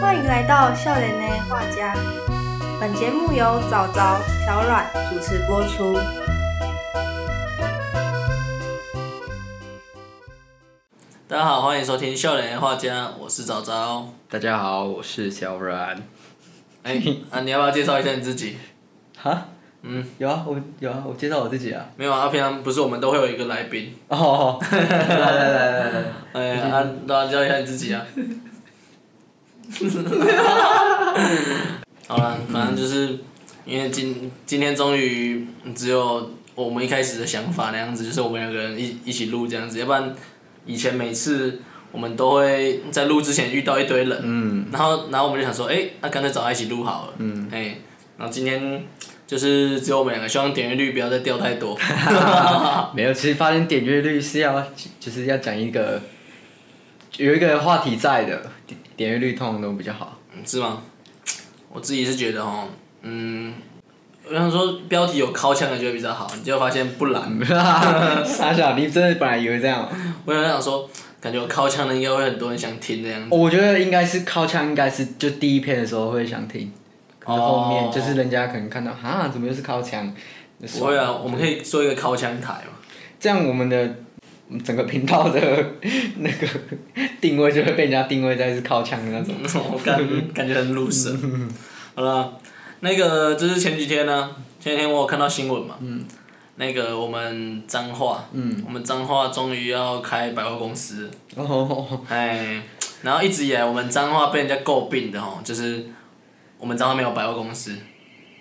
欢迎来到笑脸内画家。本节目由早早、小阮主持播出。大家好，欢迎收听《笑脸画家》，我是早早。大家好，我是小阮。哎、啊，你要不要介绍一下你自己？哈，嗯，有啊，我有啊，我介绍我自己啊。没有啊，平常不是我们都会有一个来宾，哦，来来来来来，哎、啊，大家介绍一下你自己啊。 好了，反正就是因为今今天终于只有我们一开始的想法那样子，就是我们两个人一一起录这样子，要不然以前每次我们都会在录之前遇到一堆人，嗯，然后，然后我们就想说，哎、那干脆找他一起录好了。嗯。哎、然后今天就是只有我们两个，希望点阅率不要再掉太多。没有，其实发现点阅率是要，就是要讲一个有一个话题在的，点点阅率通常都比较 好。嗯是吗？我自己是觉得哦，嗯，我想说标题有靠腔的就会比较好，你就会发现不然。傻小，你真的本来以为这样哦？我想想说，感觉有靠腔的应该会很多人想听这样子。我觉得应该是靠枪，应该是就第一篇的时候会想听，可能后面哦就是人家可能看到，哈，怎么又是靠枪？就不会啊，我们可以做一个靠腔台嘛。这样我们的嗯整个频道的那个定位就会被人家定位在是靠墙的那种。 我感感觉很 loser。好了，那个就是前几天呢、前几天我有看到新闻嘛，嗯那个我们彰化，我们彰化终于要开百货公司了，哦，哎，然后一直以来我们彰化被人家诟病的哦，就是我们彰化没有百货公司，嗯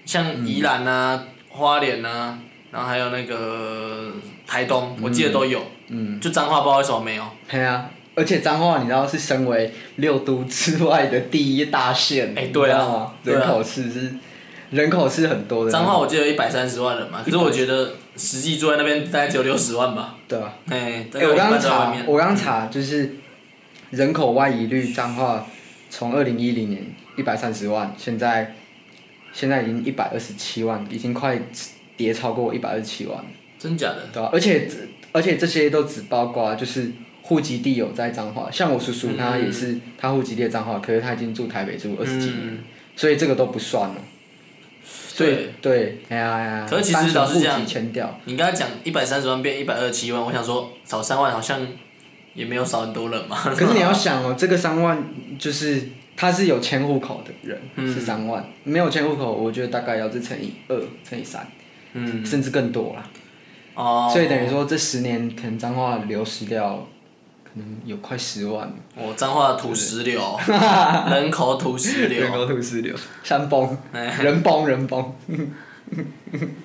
像宜兰啊、花莲啊，然后还有那个台东，我记得都有，嗯，就彰化不知道为什么没有。对啊，而且彰化你知道是身为六都之外的第一大县，哎你对啊知道吗对啊人口是是人口是很多的。彰化我记得有一百三十万人嘛，可是我觉得实际住在那边大概只有六十万吧。对啊，哎、大哎、概我一刚半刚在外查面，。我刚刚查就是人口外移率，彰化从二零一零年一百三十万，现在现在已经一百二十七万，已经快跌超过一百二十七万。真假的？对啊，而且这而且这些都只包括就是户籍地有在彰化，像我叔叔嗯他也是、他户籍地在彰化，可是他已经住台北住二十几年，嗯，所以这个都不算哦。所以对，对，哎呀哎呀，可是其实单纯老实户讲籍迁掉，你刚才讲一百三十万变一百二十七万，我想说少三万好像也没有少 很多啊人嘛。可是你要想哦，这个三万就是他是有迁户口的人、嗯是三万，没有迁户口，我觉得大概要是乘以二、乘以三、 嗯，甚至更多啦。哦，所以等于说这十年可能彰化流失掉，可能有快十万哦我彰化土石 流，人口土石人流，口土石流，哦山崩，哎，人崩人崩。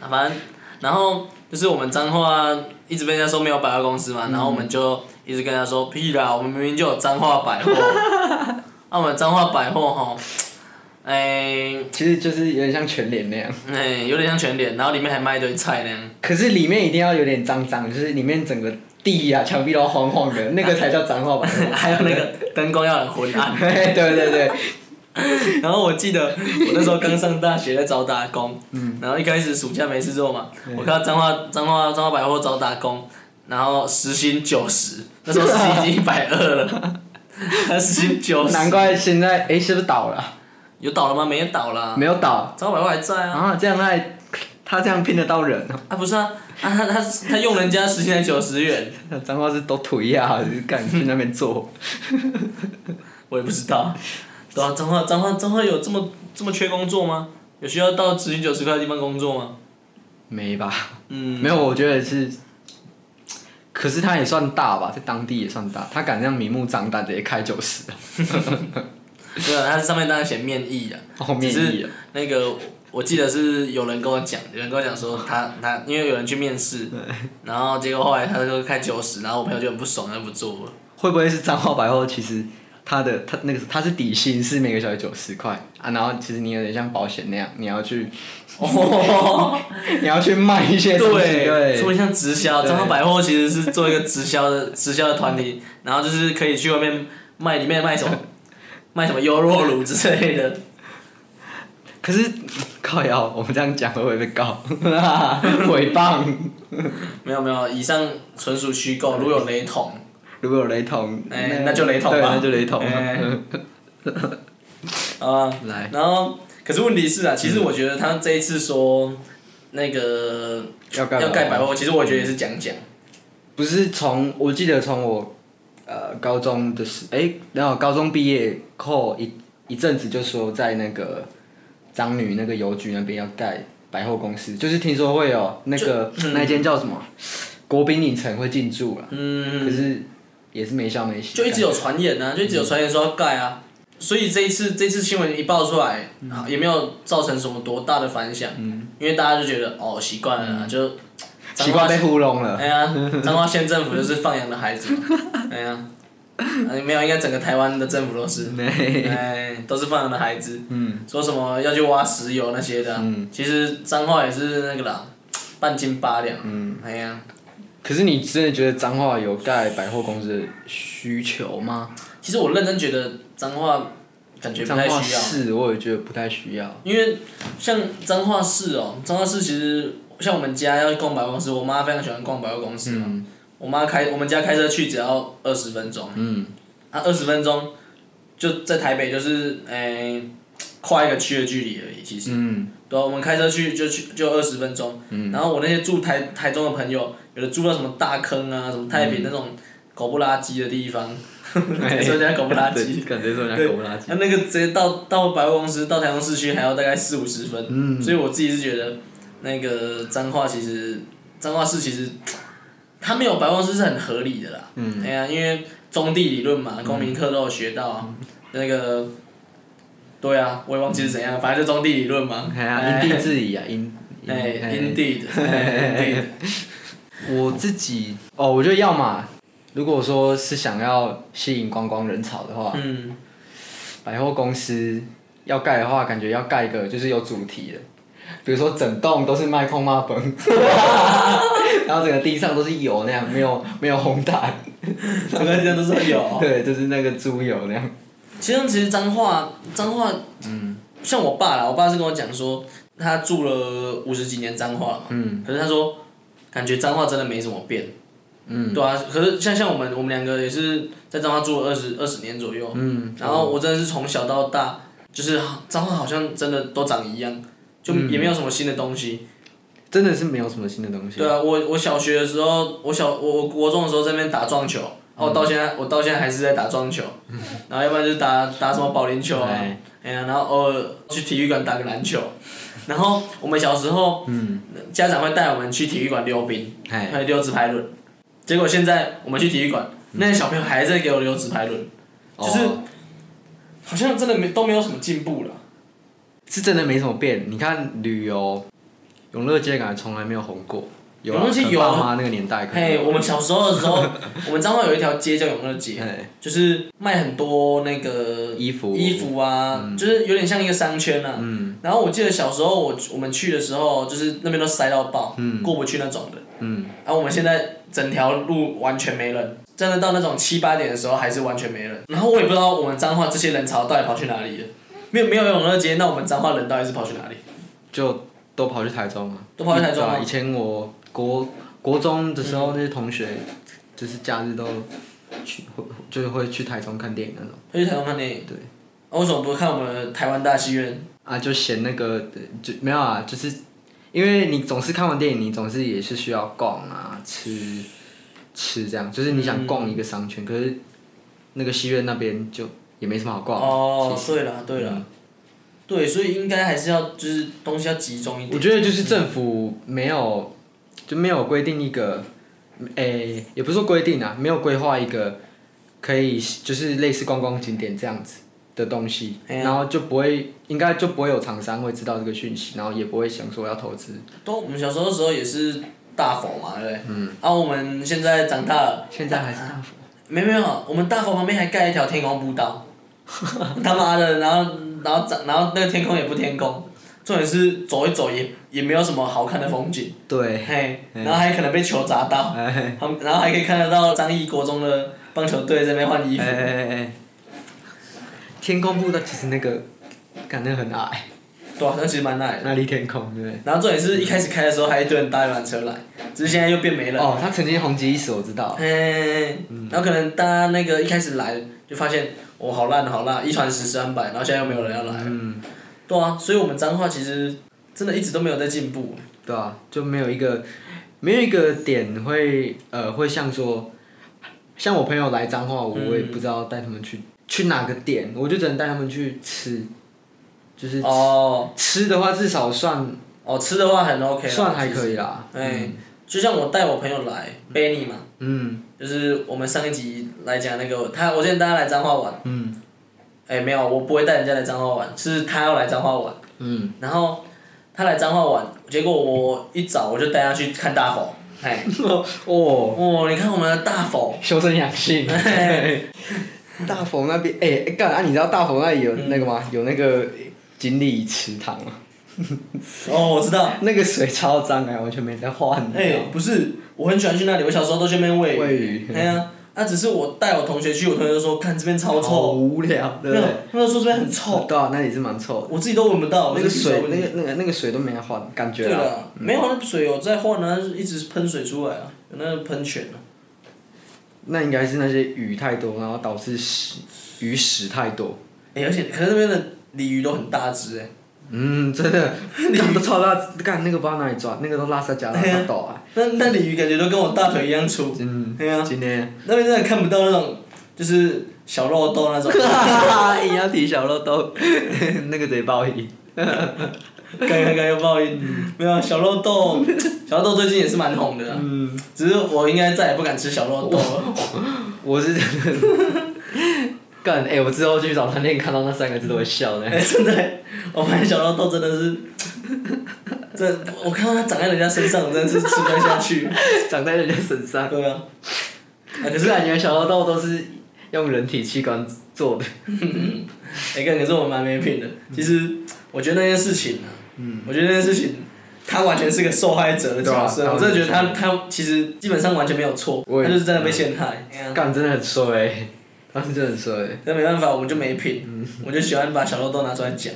反正然后就是我们彰化一直被人家说没有百货公司嘛，然后我们就一直跟他说屁啦，我们明明就有彰化百货，啊，我们彰化百货吼，哎其实就是有点像全脸那样，哎，有点像全脸，然后里面还卖一堆菜那样。 可是里面一定要有点脏脏，就是里面整个地啊、墙壁都黄 黄的，那个才叫脏话吧。哎还有那个灯光要很昏暗。对对对， 然后我记得我那时候刚上大学在找打工，嗯然后一开始暑假没事做嘛，我看到彰化彰化彰化百货找打工，然后时薪九十，那时候时薪已经一百二 了，他时薪九十，难怪现在哎是不是倒啊了？有倒了吗？没有倒啦，没有倒彰化百货还在啊，啊？这样还他这样骗得到人哦？啊不是啊，啊他他他用人家时薪才九十元，脏话是都腿啊，就是敢去那边做？我也不知道，对啊，彰化彰化彰化有这么这么缺工作吗？有需要到时薪九十块的地方工作吗？没吧？嗯，没有，我觉得是。可是他也算大吧，在当地也算大，他敢这样明目张胆直接开九十，对啊，他上面当然写面议啊。后面只是一那个我记得是有人跟我讲，有人跟我讲嗯说他他因为有人去面试，然后结果后来他就开九十，然后我朋友就很不爽，他不做 了。会不会是彰化百货？其实它的它那个它是底薪是每个小时九十块啊，然后其实你有点像保险那样，你要去 哦，你要去卖一些东西，对，对说不定像直销，对彰化百货其实是做一个直销的直销的团体，然后就是可以去外面卖里面卖 什么。卖什么优酪乳之类的，可是靠谣，我们这样讲会不会被告？ 诽谤，没有没有，以上纯属虚构，如有雷同，如果有雷同，哎那就雷同吧 对，那就雷同。哎好吧？来，嗯然后，可是问题是啊，其实我觉得他这一次说那个要盖要盖百货，嗯货，其实我觉得也是讲讲，不是从我记得从我呃高中的时，哎、然后高中毕业后一一阵子就说在那个张女那个邮局那边要盖百货公司，就是听说会有那个、那间叫什么国宾影城会进驻了，可嗯，是也是没消没息，就一直有传言嗯啊，就一直有传言说要盖啊，所以这一次这次新闻一爆出来，嗯啊也没有造成什么多大的反响，因为大家就觉得哦习惯了啊，就嗯习惯被糊弄 了，哎呀，彰化县政府就是放羊的孩子嘛，哎呀，哎没有，应该整个台湾的政府都是，哎，都是放羊的孩子。嗯。说什么要去挖石油那些的啊、其实彰化也是那个啦，半斤八两。嗯。哎呀，可是你真的觉得彰化有盖百货公司的需求吗？其实我认真觉得彰化感觉不彰太化需要，市我也觉得不太 需要。因为像彰化市哦，彰化市其实像我们家要逛百货公司，我妈非常喜欢逛百货公司嘛。我妈开我们家开车去只要二十分钟。嗯，啊，二十分钟就在台北，就是诶、跨一个区的距离而已。其实，嗯，对啊、我们开车去就去就二十分钟。然后我那些住台台中的朋友，有的住到什么大坑啊，什么太嗯平那种狗不拉几的地方，哎说人家狗不拉几。感觉说人家狗不拉几。那那个直接到到百货公司，到台中市区还要大概四五十分，嗯所以我自己是觉得那个彰化其实彰化市其实它没有百货公司是很合理的啦。嗯。哎呀、因为中地理论嘛，嗯公民课都有学到啊，那个对啊，我也忘记是怎样，反正就中地理论嘛。哎呀，因地制宜啊，因。因哎哎，indeed，哎我自己哦，我觉得要嘛，如果说是想要吸引观光人潮的话， ，indeed，嗯， 百货公司要盖的话，感觉要盖一个就是有主题的，比如说整栋都是卖空骂本， 然后整个地上都是油那样，没有没有红毯，整个地方都是有。啊对，就是那个猪油那样。其实其实彰化彰化，嗯像我爸啦，我爸是跟我讲说，他住了五十几年彰化了嘛，嗯可是他说，感觉彰化真的没怎么变，嗯对啊，可是像像我们我们两个也是在彰化住了二十二十年左右，嗯然后我真的是从小到大，就是彰化好像真的都长一样，就嗯也没有什么新的东西，真的是没有什么新的东西。哎对啊，我我小学的时候，我小我我国中的时候在那边打撞球，然后我到现在我到现在还是在打 撞球，然后要不然就是打打什么保龄球啊，哎哎呀，然后偶尔去体育馆打个篮球，然后我们小时候，家长会带我们去体育馆溜冰，嗯哎，还有溜直排轮，结果现在我们去体育馆，嗯那些小朋友还在给我溜直排轮，就是哦好像真的没都没有什么进步了。是真的没什么变。你看旅游，永乐街感觉从来没有红过。有啊永乐街可能有啊爸妈那个年代可能。嘿，我们小时候的时候，我们彰化有一条街叫永乐街，哎，就是卖很多那个衣服衣服啊，嗯就是有点像一个商圈啊。然后我记得小时候我我们去的时候，就是那边都塞到爆，过不去那种的。嗯，然后我们现在整条路完全没人，真的到那种七八点的时候还是完全没人。然后我也不知道我们彰化这些人潮到底跑去哪里了，没有没有永乐街，那我们彰化人到底是跑去哪里？就都跑去台中了。都跑去台中对啊吗以前我国国中的时候，那些同学就是假日都去，会就是会去台中看电影啊那种。跑去台中看电影。对啊。为什么不看我们的台湾大戏院？啊，就嫌那个就没有啊，就是因为你总是看完电影，你总是也是需要逛啊、吃吃这样，就是你想逛一个商圈，可是那个西苑那边就也没什么好逛的。哦其，实嗯对了对了，对，所以应该还是要就是东西要集中一点。我觉得就是政府没有就没有规定一个，诶、也不是说规定啊，没有规划一个可以就是类似观光景点这样子。的东西，哎呀然后就不会，应该就不会有厂商会知道这个讯息，然后也不会想说要投资。都我们小时候的时候也是大佛嘛，对不对？嗯。啊，我们现在长大了，现在还是大幅没有没有，我们大佛旁边还盖一条天空步道，他妈的，然后然后长，然后那个天空也不天空，重点是走一走也也没有什么好看的风景，对，哎嘿，然后还可能被球砸到，他们然后还可以看得到张毅国中的棒球队在那边换衣服哎，哎哎哎，天空步道其实那个，感觉很矮，对啊，那其实蛮耐的。那里天空对不对？然后重点是一开始开的时候还一堆人搭游览车来，只是现在又变没人。哦，他曾经红极一时，我知道。嘿，然后可能大家那个一开始来就发现，我、好烂好烂，一传十十传百，然后现在又没有人要来。嗯，对啊，所以我们彰化其实真的一直都没有在进步。对啊，就没有一个，没有一个点会呃会像说，像我朋友来彰化，我也不知道带他们去、去哪个点，我就只能带他们去吃，就是哦吃的话至少算哦，吃的话很 OK 啦。算还可以。以啦。哎、就像我带我朋友来 Benny 嘛，嗯就是我们上一集来讲那个他，我建议大家来彰化玩。嗯哎、没有，我不会带人家来彰化玩，是他要来彰化玩。嗯，然后他来彰化玩，结果我一早我就带他去看大佛。哎， 哦，哦，你看我们的大佛，修身养性。 嘿大佛那边，哎、欸，干啊！你知道大佛那里有那个吗？嗯有那个锦鲤池塘吗？哦，我知道。那个水超脏哎、完全没在换的。哎、不是，我很喜欢去那里，我小时候都去那边喂鱼。喂鱼哎呀，那、只是我带我同学去，我同学就说，看这边超好臭。无聊，对没有不对？，他们说这边很臭，对啊，那里是蛮臭的。我自己都闻不到。那个水，我自那己个那个那个水都没在换，感觉对嗯啊。了，没有那水有在换啊，一直喷水出来啊，有那个喷泉啊。那应该是那些鱼太多，然后导致屎鱼屎太多。哎、而且可是那边的鲤鱼都很大只哎、嗯，真 的，干都超大，干那个不知道哪里抓，那个都拉萨加拉哎萨岛啊。那那鲤鱼感觉都跟我大腿一样粗，嗯，对啊今天，那边真的看不到那种就是小肉豆 那种。硬要提小漏洞，那个贼暴力。刚刚刚又报应，没有啊小肉豆，小肉豆最近也是蛮红的、啊，嗯，只是我应该再也不敢吃小肉豆了。我是干哎、我之后去早餐店看到那三个字都会笑 哎、呢。 真的、我发现小肉豆真的是，这我看到它长在人家身上，真的是吃不下去。 长在人家身上，对啊，啊可可是是感觉小漏洞都是用人体器官做的。哎、哥，可是我蛮没品的。其实我觉得那件事情啊，嗯我觉得那件事情，他完全是个受害者的角色。对啊我真的觉得他他其实基本上完全没有错，我也嗯他就是真的被陷害。哎呀干真的很衰、欸，他是真的很衰、欸。那没办法，我们就没品，我就喜欢把小漏洞拿出来讲。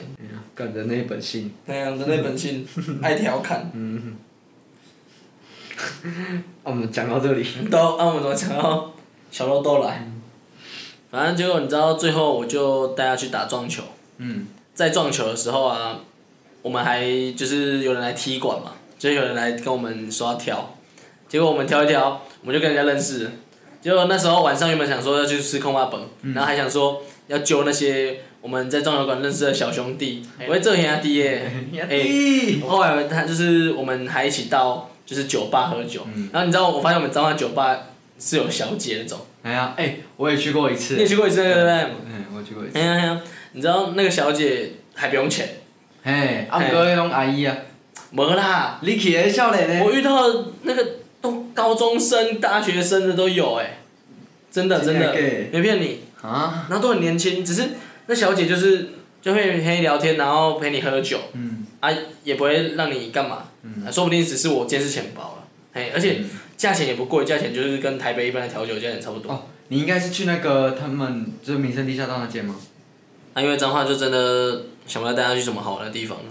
干人类本性，那样人类本性，爱调侃。啊，我们讲到 这里，都啊按我怎么讲到小漏洞来？反正结果你知道，最后我就带他去打撞球。嗯，在撞球的时候啊，我们还就是有人来踢馆嘛，就是有人来跟我们说要挑，结果我们挑一挑，我们就跟人家认识了。结果那时候晚上原本想说要去吃空霸本，然后还想说要揪那些我们在撞球馆认识的小兄弟，我会这人家弟耶。欸后来他就是我们还一起到就是酒吧喝酒，然后你知道我发现我们彰化酒吧是有小姐那种，哎呀，哎、我也去过一次你也，去过一次对不对？嗯，我也去过一次，哎呀哎呀，你知道那个小姐还不用钱，嘿，啊，不过迄种阿姨啊，没啦，你去的少年呢？我遇到的那个都高中生、大学生的都有哎、真的真真的的假的，没骗你，啊，然后都很年轻，只是那小姐就是就会陪你聊天，然后陪你喝酒，嗯，啊，也不会让你干嘛，啊说不定只是我监视钱包了，哎，而且价钱也不贵，价钱就是跟台北一般的调酒价钱差不多。哦，你应该是去那个他们就是民生地下道那间吗？那、啊因为彰化就真的想不到大家去什么好玩的地方了。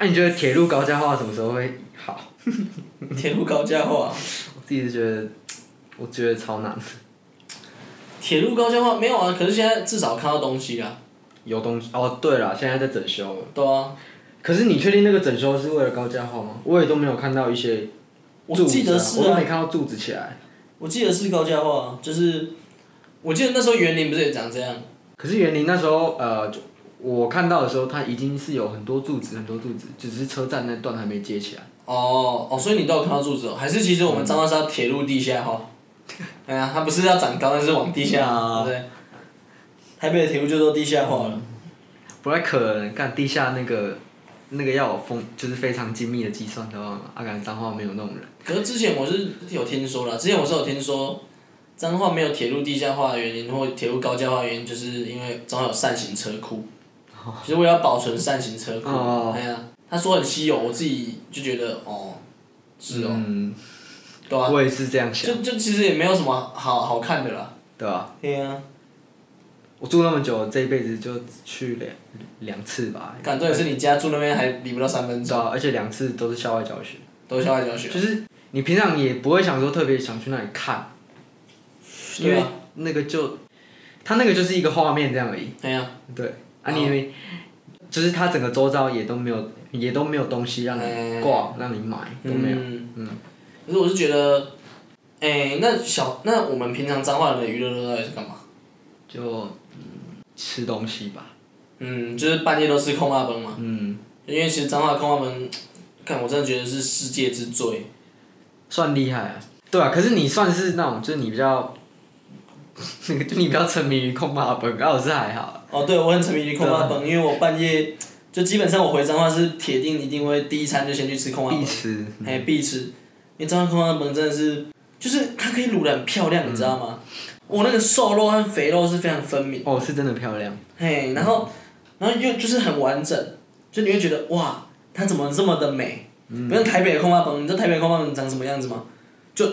那、啊你觉得铁路高架化什么时候会好？ 铁路高架化，我自己是觉得，我觉得超难，铁路高架化没有啊，可是现在至少看到东西啊，有东西哦，对了，现在在整修了。对啊。可是你确定那个整修是为了高架化吗？我也都没有看到一些我柱子啊、记得是我都没啊，看到柱子起来。我记得是高架化啊，就是我记得那时候园林不是也长这样，可是园林那时候，呃，就我看到的时候，它已经是有很多柱子，很多柱子，只是车站那段还没接起来。哦哦，所以你都有看到柱子哦，还是其实我们彰化是要铁路地下化？哎呀、它不是要长高，但是往地下，啊对不对？台北的铁路就都地下化了，不太可能，干地下那个那个要有风，就是非常精密的计算的话，啊阿敢彰化没有那种人。可是之前我是有听说了，之前我是有听说，彰化没有铁路地下化的原因，或铁路高架化的原因，就是因为彰化有扇形车库， 其实为了要保存扇形车库，哦哎呀、他说很稀有，我自己就觉得哦，是哦，嗯，对啊，我也是这样想，就就其实也没有什么好好看的啦，对吧、对呀、我住那么久，这一辈子就去两两次吧。感重也是你家住那边还离不到三分你钟，知道，而且两次都是校外教学，都校外教学，就是你平常也不会想说特别想去那里看，因对为啊，那个就，它那个就是一个画面这样而已。对呀，对，啊你，就是它整个周遭也都没有，也都没有东西让你哎逛，让你买都没有。嗯，可是我是觉得，哎，那小那我们平常彰化人的娱乐都到底是干嘛？就、嗯吃东西吧。嗯，就是半夜都吃空辣崩嘛，嗯，因为其实彰化的空辣崩，看我真的觉得是世界之最，算厉害啊。对啊，可是你算是那种，就是你比较， 那个就你比较沉迷于控马本，啊，我是还好。哦，对，我很沉迷于空辣崩，因为我半夜就基本上我回彰化是铁定一定会第一餐就先去吃空辣崩必，吃，哎，必吃，因为彰化空辣崩真的是，就是它可以卤的很漂亮，你知道吗？我那个瘦肉和肥肉是非常分明，哦，是真的漂亮。嘿，然后然后又就是很完整，就你会觉得哇，它怎么这么的美？嗯不像台北的空辣崩，你知道台北的空辣崩长什么样子吗？就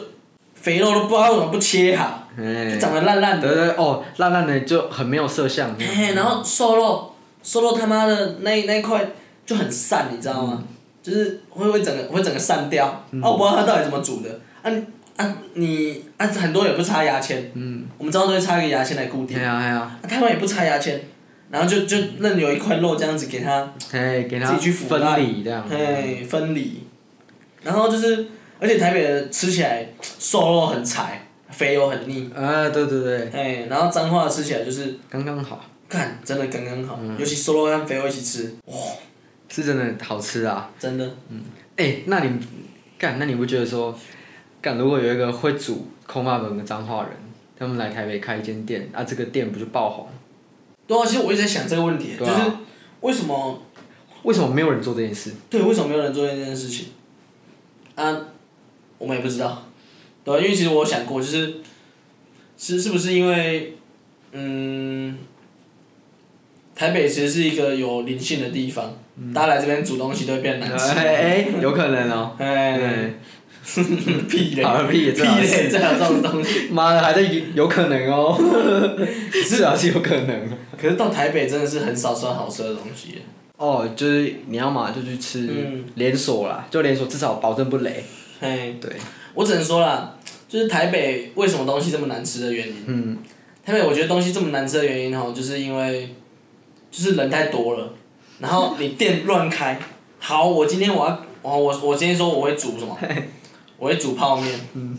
肥肉都不知道为什么不切好。哎就，长得烂烂对的，对对哦，烂烂的就很没有色相。哎、然后瘦肉，瘦肉他妈的那那一块就很散，你知道嗯吗？就是会会整个会整个散掉，啊，我不知道它到底怎么煮的，啊你啊你啊很多也不插牙签，嗯，我们知道都会插一个牙签来固定，哎呀哎呀，啊、台湾也不插牙签，然后就就嗯任由一块肉这样子给它，哎，给它自己去腐分烂离这样。哎，分离，然后就是而且台北的吃起来瘦肉很柴，肥油很腻，啊，对对对，哎，然后脏话吃起来就是。刚刚好，看，真的刚刚好，嗯尤其瘦肉跟肥肉一起吃，是真的好吃啊。真的。哎，那你干，那你不觉得说，干如果有一个会煮空霸本的彰化人，他们来台北开一间店，啊，这个店不就爆红？对啊，其实我一直在想这个问题，就对啊是为什么为什么没有人做这件事？ 对为什么没有人做这件事情？啊，我们也不知道，对啊、因为其实我有想过，就是是是不是因为嗯，台北其实是一个有灵性的地方，大家来这边煮东西都会变难吃。嗯哎哎，有可能哦。哎，对， 屁嘞！好了屁嘞屁最好是嘞！这有这种东西，妈的，还在有有可 能哦，至少是有可能。可是到台北真的是很少吃到好吃的东西耶。哦，就是你要嘛就去吃嗯连锁啦，就连锁至少保证不雷。嘿，对，我只能说啦，就是台北为什么东西这么难吃的原因。嗯，台北我觉得东西这么难吃的原因哈，哦就是因为就是人太多了，然后你店乱开。好，我今天我要我我我今天说我会煮什么？我会煮泡面。嗯。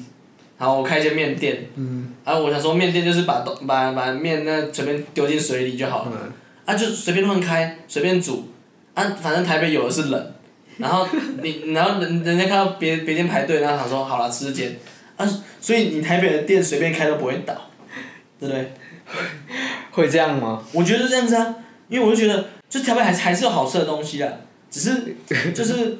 好，我开一间面店。嗯。然后我想说面店就是把东把把面那随便丢进水里就好了。嗯啊，就随便乱开，随便煮，啊，反正台北有的是冷，然后你，然后人人家看到别别间排队，然后想说好了吃这间，啊，所以你台北的店随便开都不会倒，对不对？会这样吗？我觉得是这样子啊，因为我就觉得，就台北还是还是有好吃的东西啊，只 是就是，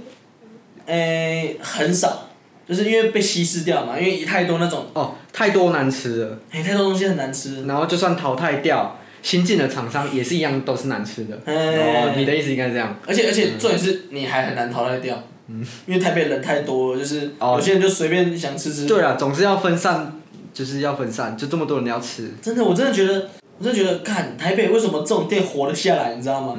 诶、很少，就是因为被稀释掉嘛，因为太多那种，哦，太多难吃了，诶、太多东西很难吃，然后就算淘汰掉，新进的厂商也是一样，都是难吃的。哎哦，你的嗯意思应该这样。而且而且重点是你还很难淘汰掉，因为台北人太多了，就是嗯哦有些人就随便想吃吃。对了，总是要分散，就是要分散，就这么多人要吃。真的，我真的觉得，我真的觉得，看台北为什么这种店活得下来，你知道吗？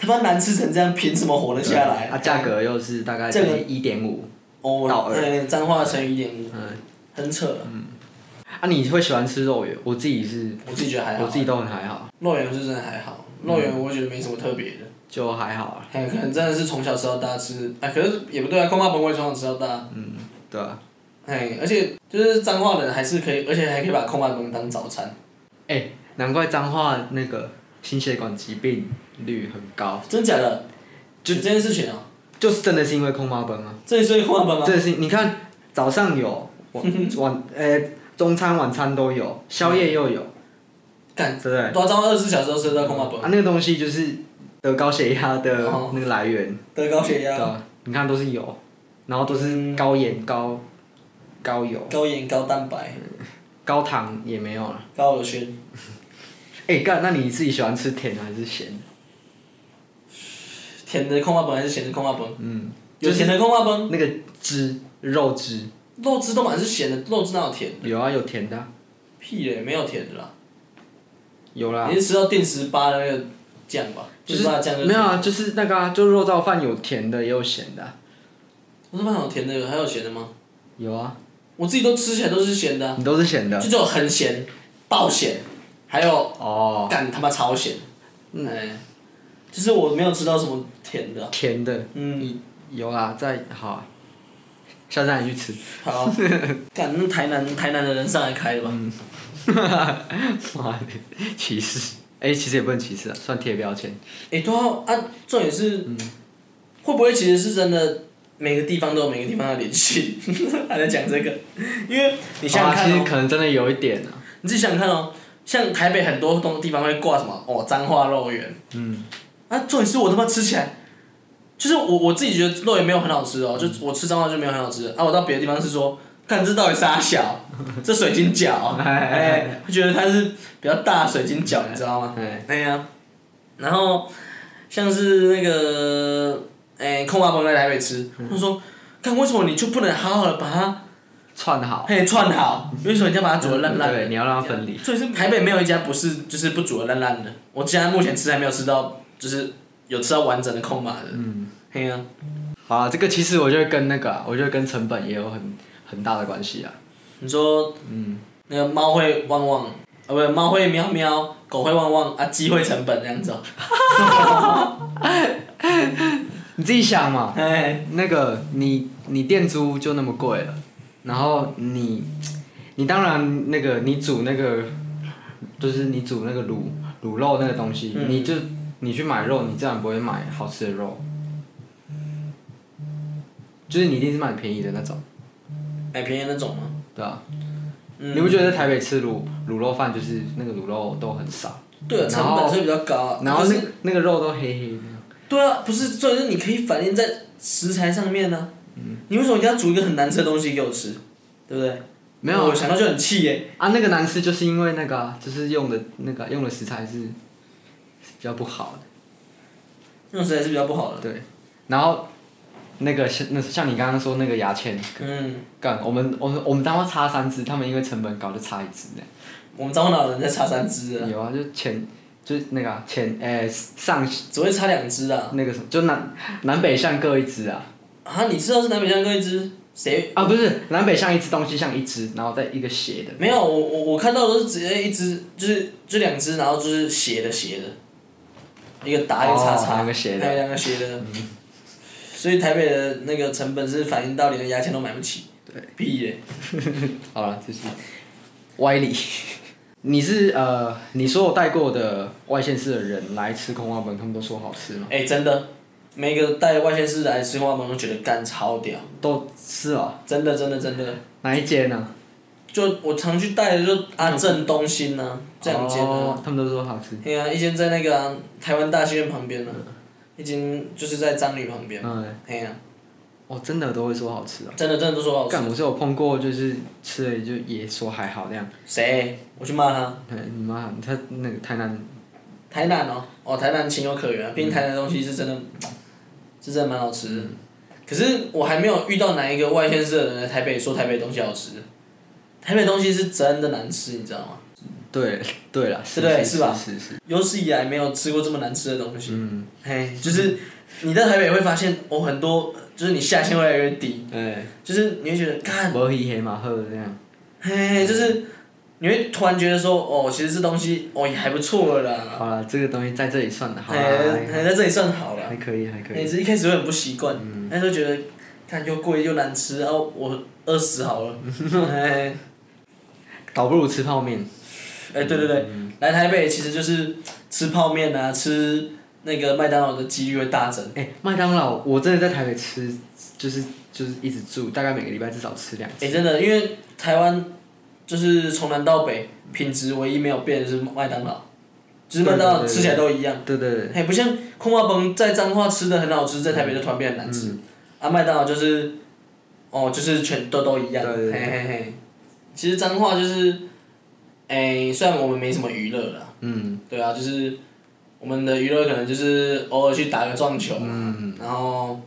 他妈难吃成这样，凭什么活得下来？嗯啊，价格又是大概这个一点五。到哦，二对，彰化乘以一点五，嗯，很扯。啊，你会喜欢吃肉圆？我自己是，我自己觉得还好，我自己都嗯很还好，肉圆是真的还好，肉圆我觉得没什么特别的，就还好啊。哎，可能真的是从小吃到大吃，哎，可是也不对啊，空霸本我也从小吃到大，对啊，哎，而且就是彰化人还是可以，而且还可以把空霸本当早餐。哎、难怪彰化那个心血管疾病率很高，哦真假的？就这件事情啊，就是真的是因为空妈崩啊。这里是空班吗？真的是，你看早上有 晚晚，呃、中餐晚餐都有，宵夜又有，干，对不嗯对？多张二十四小时都吃到空班啊，那个东西就是得高血压的哦那个来源，得高血对啊压、吧？你看都是有，然后都是嗯高盐、高高油、高盐、高蛋白、高糖也没有了。高尔宣。哎、干，那你自己喜欢吃甜的还是咸的？甜的空霸本还是咸的空霸本？嗯，有就是甜的空霸本，那个汁肉汁肉汁都满是咸的，肉汁哪有甜？有啊，有甜的啊、屁嘞，没有甜的啦。有啦你，是吃到电十八的那个酱吧？啊就是电糍粑的酱没有啊，就是那个啊，就肉燥饭有甜的也有咸的啊、我是饭好甜的，有还有咸的吗？有啊，我自己都吃起来都是咸的啊、你都是咸的就只有很咸、爆咸，还有哦，干他妈超咸。嗯、就是我没有吃到什么甜的啊、甜的嗯，有啦，再好、啊，下次带你去吃。 好，干那台南台南的人上来开的吧？妈的，歧视！哎、其实也不能歧视啊，算贴标签。哎、对啊，啊，重点是、会不会其实是真的？每个地方都有每个地方的联系， 还在讲这个，因为你想想看、哦好啊其实可能真的有一点啊。你自己想想看哦，像台北很多东地方会挂什么哦彰化肉圆，嗯，啊，重点是我他妈吃起来，就是我我自己觉得肉也没有很好吃哦，嗯就我吃彰化就没有很好吃，啊，我到别的地方是说，看这到底啥小，这水晶饺， 哎，会觉得它是比较大的水晶饺，你知道 吗？哎，哎呀、然后像是那个，哎，空巴崩在台北吃，嗯他说，看为什么你就不能好好的把它串好。嘿串好，为什么你要把它煮的烂烂的对，？你要让它分离。所以是台北没有一家不是就是不煮的烂烂的，我现在目前吃还没有吃到，就是有吃到完整的空码的。嗯，嘿呀、好啊，这个其实我觉得跟那个啊、我觉得跟成本也有很很大的关系啊。你说嗯，那个猫会汪汪，呃，不是猫会喵喵，狗会汪汪啊，鸡会成本这样子哦。你自己想嘛，哎，那个你你店租就那么贵了，然后你你当然那个你煮那个就是你煮那个卤卤肉那个东西，嗯你就你去买肉，你自然不会买好吃的肉，就是你一定是买便宜的那种，买哎便宜那种吗？对啊，嗯，你不觉得在台北吃卤卤肉饭就是那个卤肉都很少，对啊，然成后本是比较高啊。然后可那是那个肉都黑黑的，对啊，不是，重点是你可以反映在食材上面呢、你为什么一定要煮一个很难吃的东西给我吃？对不对？没有我想到就很气耶、啊，那个难吃就是因为那个啊、就是用的那个啊用的食材是是比较不好的。那种食材是比较不好的。对，然后那个像那像你刚刚说那个牙签，嗯。干我们我们我们单位差三只，他们因为成本高就差一只呢。我们彰化老人在差三只了，有啊，就前就是那个啊前诶、上只会差两只啊！那个什么，就南南北向各一只啊啊，你知道是南北向各一只？谁？啊不是南北向一只东西向一只，然后再一个斜的。没有，我我我看到的都是直接一只，就是就两只，然后就是斜的斜的，一个打一个叉哦叉，两个斜的嗯还有两个斜的。所以台北的那个成本是反映到连牙签都买不起。对。屁嘞！好了，就是歪理。 你是呃，你所有带过的外县市的人来吃空花本，他们都说好吃吗？哎、真的，每个带外县市来吃花门都觉得干超屌，都是啊，真的真的真的。哪一间呢、就我常去带的就阿正东兴呢、啊啊？，这两间啊。哦，他们都说好吃。对啊，一间在那个、啊、台湾大戏院旁边呢、啊一间就是在张女旁边。嗯，嘿呀、哦，真的都会说好吃啊。真的真的都说好吃。干，我是有碰过，就是吃了就也说还好那样。谁？我去骂他。哎你妈，他那个台南，台南哦，哦，台南情有可原、啊，毕竟台南的东西是真的，是真的蛮好吃嗯的。可是我还没有遇到哪一个外县市的人来台北说台北的东西好吃，台北的东西是真的难吃，你知道吗？对 对了，对是是吧是是是，有史以来没有吃过这么难吃的东西。嗯，嘿，就是你在台北会发现，哦，很多就是你下限会越来越低，哎，就是你会觉得，干，无鱼黑马赫这样，嘿，就是你会突然觉得说，哦，其实这东西哦也还不错了啦，好了，这个东西在这里算了，好哎、啦哎在这里算好了。还可以还可哎，以，嗯只是一开始会很不习惯，那时候觉得，看又贵又难吃，然后我饿死好 了。哎，倒不如吃泡面，哎，对对对，嗯来台北其实就是吃泡面啊，吃那个麦当劳的几率会大增。哎，麦当劳，我真的在台北吃，就是就是一直住，大概每个礼拜至少吃两哎，次，真的，因为台湾就是从南到北，品质唯一没有变的是麦当劳，就是麦当劳对对对对吃起来都一样。对对对，嘿，不像空霸崩在彰化吃的很好吃，在台北就突然变很难吃。嗯啊，麦当劳就是，哦，就是全都都一样。对对对嘿嘿嘿。其实彰化就是，哎、虽然我们没什么娱乐啦，嗯对啊，就是我们的娱乐可能就是偶尔去打个撞球，啊嗯然后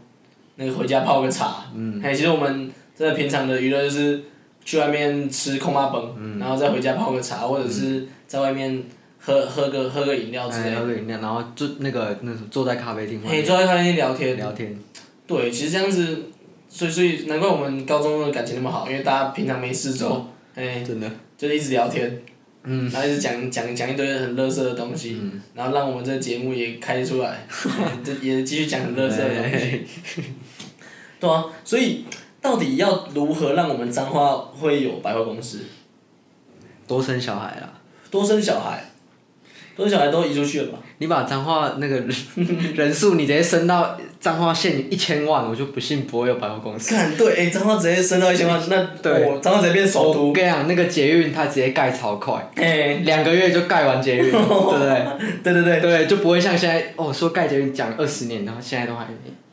那个回家泡个茶。嗯嘿，其实我们真的平常的娱乐嗯就是去外面吃空霸崩，然后再回家泡个茶，或者是在外面喝喝个喝个饮料之类哎的，喝个饮料，然后就那个那什么坐在咖啡厅或者嘿，坐在咖啡厅聊天，聊天，对，其实这样子，所以所以难怪我们高中的感情那么好，因为大家平常没事做，哎、真的，就是一直聊天，嗯，然后一直讲讲讲一堆很垃圾的东西，然后让我们这个节目也开出 来，哎这也继续讲很垃圾的哎东西，对啊，所以到底要如何让我们彰化会有百货公司？多生小孩啦。多生小孩，多生小孩都移出去 了吧？你把彰化那个人人数，你直接升到彰化县一千万，我就不信不会有百货公司。看，对，哎、彰化直接升到一千万，那对哦我彰化直接变首我都，跟你讲，那个捷运它直接盖超快，哎、两个月就盖完捷运，对不对？对对对，对，就不会像现在哦，说盖捷运讲二十年，然后现在都还没，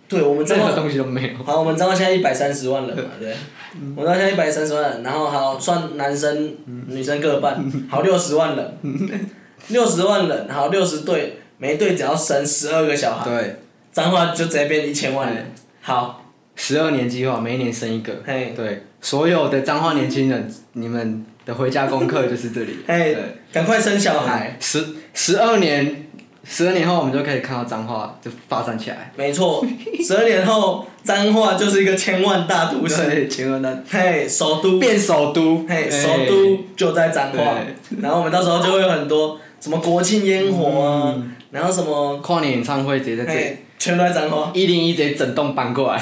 对我们彰任化何东西都没有。好，我们彰化现在一百三十万人 嘛，对，我们彰化现在一百三十万人，然后好算男生、女生各半， 好六十万人，六十万人，好六十队，每队只要生十二个小孩，对，彰化就直接变一千万人。好，十二年计划，每一年生一个。嘿，对，所有的彰化年轻人，你们的回家功课就是这里。嘿对，赶快生小孩。哎十十二年，十二年后我们就可以看到彰化就发展起来。没错，十二年后，彰化就是一个千万大都市，对，请问呢？嘿，首都，变首都，哎嘿，首都就在彰化，然后我们到时候就会有很多什么国庆烟火啊，然后什么哎，跨年演唱会直接在这里，嘿，全都在彰化。一零一直接整栋搬过来，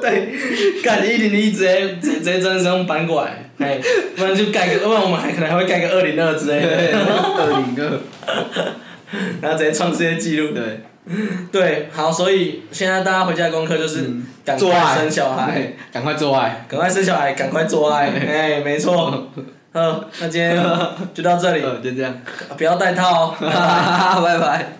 对， 干一零一直接直接直接真的是用搬过来，哎，不然就盖个，不然我们还可能还会盖个二零二之类对，的，二零二，然后直接创世界纪录。对，对，好，所以现在大家回家的功课就是赶嗯做快爱生小孩，对，赶快做爱，赶快生小孩，赶快做爱，哎，没错。哎 好，那今天就到这里，呃就这样，不要戴套哦。拜拜。